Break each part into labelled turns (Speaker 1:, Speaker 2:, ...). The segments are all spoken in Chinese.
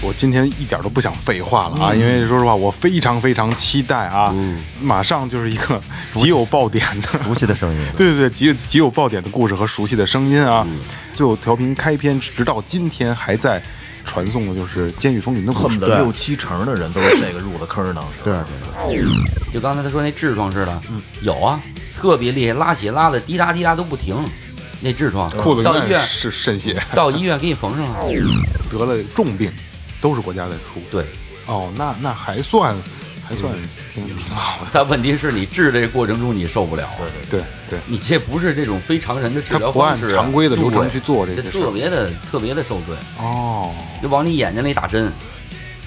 Speaker 1: 我今天一点都不想废话了啊，
Speaker 2: 嗯
Speaker 1: 因为说实话，我非常非常期待啊，马上就是一个极有爆点 的
Speaker 3: 熟悉的声音，
Speaker 1: 对对对，极极有爆点的故事和熟悉的声音啊！
Speaker 2: 嗯
Speaker 1: 最后调频开篇，直到今天还在传送的就是《监狱风云》的故
Speaker 4: 恨
Speaker 1: 事
Speaker 4: 不。得六七成的人都是这个入的坑儿，当时。对，
Speaker 2: 就刚才他说那痔疮似的，
Speaker 5: 嗯
Speaker 2: 有啊，特别厉害，拉血拉的滴答滴答都不停，那痔疮
Speaker 1: 裤子永
Speaker 2: 到医
Speaker 1: 远
Speaker 2: 院
Speaker 1: 是渗血，
Speaker 2: 到医院给你缝上了。
Speaker 1: 得了重病，都是国家在出。
Speaker 2: 对，嗯
Speaker 1: 哦，那那还算还算挺挺好的。
Speaker 2: 但问题是你治这个过程中你受不了啊，
Speaker 1: 对对，
Speaker 2: 你这不是这种非常人的治疗
Speaker 1: 他不按
Speaker 2: 方式啊，
Speaker 1: 常规的流程
Speaker 2: 对
Speaker 1: 去做这些事
Speaker 2: 特别的特别的受罪，
Speaker 1: 哦，
Speaker 2: 就往你眼睛里打针，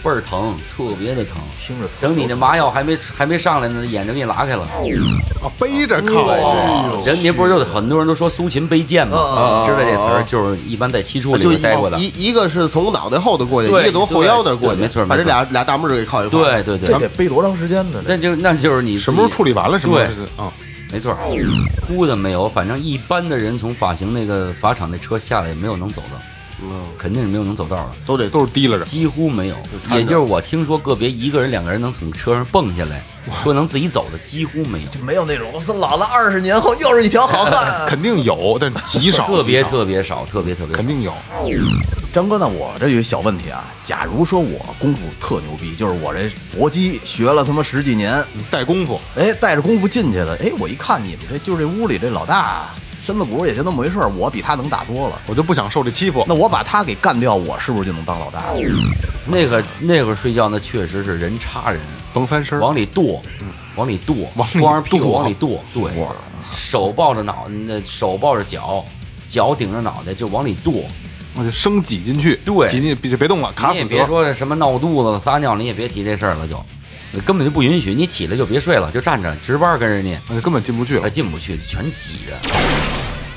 Speaker 2: 倍儿疼，特别的疼。
Speaker 4: 听着
Speaker 2: 等你那麻药还没还没上来呢，眼睛给你拉开了。
Speaker 1: 啊，背着靠，
Speaker 2: 人您不是有很多人都说苏秦背
Speaker 1: 哦
Speaker 2: 剑吗？知道这词儿就是一般在七处
Speaker 1: 啊
Speaker 2: 里
Speaker 5: 就
Speaker 2: 面
Speaker 5: 一
Speaker 2: 待过的。
Speaker 5: 一一个是从脑袋后头过去，
Speaker 2: 对
Speaker 5: 一个从后腰那儿过去，
Speaker 2: 对对没错
Speaker 5: 把这
Speaker 2: 没错
Speaker 5: 俩俩大拇指给靠一块
Speaker 2: 对
Speaker 5: 儿。
Speaker 2: 对
Speaker 4: 这
Speaker 2: 对，
Speaker 4: 得背多长时间呢？这
Speaker 2: 那就那就是你
Speaker 1: 什么时候处
Speaker 2: 理？
Speaker 1: 理完了什么时候
Speaker 2: 对
Speaker 1: 是啊？
Speaker 2: 没错，哭的没有，反正一般的人从发型那个发厂那车下来也没有能走的，
Speaker 1: 嗯
Speaker 2: 肯定是没有能走道的。
Speaker 5: 都得
Speaker 1: 都是提拉着，
Speaker 2: 几乎没有，
Speaker 1: 摊着
Speaker 2: 也就是我听说个别一个人、两个人能从车上蹦下来，说能自己走的几乎没有，
Speaker 4: 就没有那种我是老了二十年后又是一条好 汉。
Speaker 1: 肯定有，但极少，
Speaker 2: 特别
Speaker 1: 极少
Speaker 2: 特别少，特别特别少
Speaker 1: 肯。定有。
Speaker 4: 张哥呢？我这有一小问题啊。假如说我功夫特牛逼，就是我这搏击学了他妈十几年，
Speaker 1: 带功夫，
Speaker 4: 哎，带着功夫进去的，哎，我一看你们这就是这屋里这老大身子骨也就那么回事儿，我比他能打多了。
Speaker 1: 我就不想受这欺负。
Speaker 4: 那我把他给干掉，我是不是就能当老大？
Speaker 2: 那个那会儿睡觉那确实是人插人，
Speaker 1: 甭翻身儿，
Speaker 2: 往里剁，往里剁，
Speaker 1: 嗯往里
Speaker 2: 光着屁股
Speaker 1: 剁
Speaker 2: 往里剁，对，手抱着脑，那手抱着脚，脚顶着脑袋就往里剁。
Speaker 1: 我就生挤进去，
Speaker 2: 对
Speaker 1: 挤进去别别动了，卡
Speaker 2: 你
Speaker 1: 死
Speaker 2: 也
Speaker 1: 得
Speaker 2: 别说什么闹肚子了、撒尿了，你也别提这事儿了，就根本就不允许你起来就别睡了，就站着值班跟人家，
Speaker 1: 我就根本进不去
Speaker 2: 还
Speaker 1: 了。
Speaker 2: 进不去，全挤着。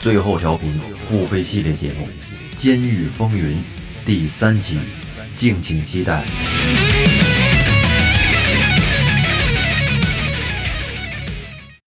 Speaker 6: 最后调频付费系列节目《监狱风云》第三期，敬请期待。
Speaker 7: 「君の声が聞こえる」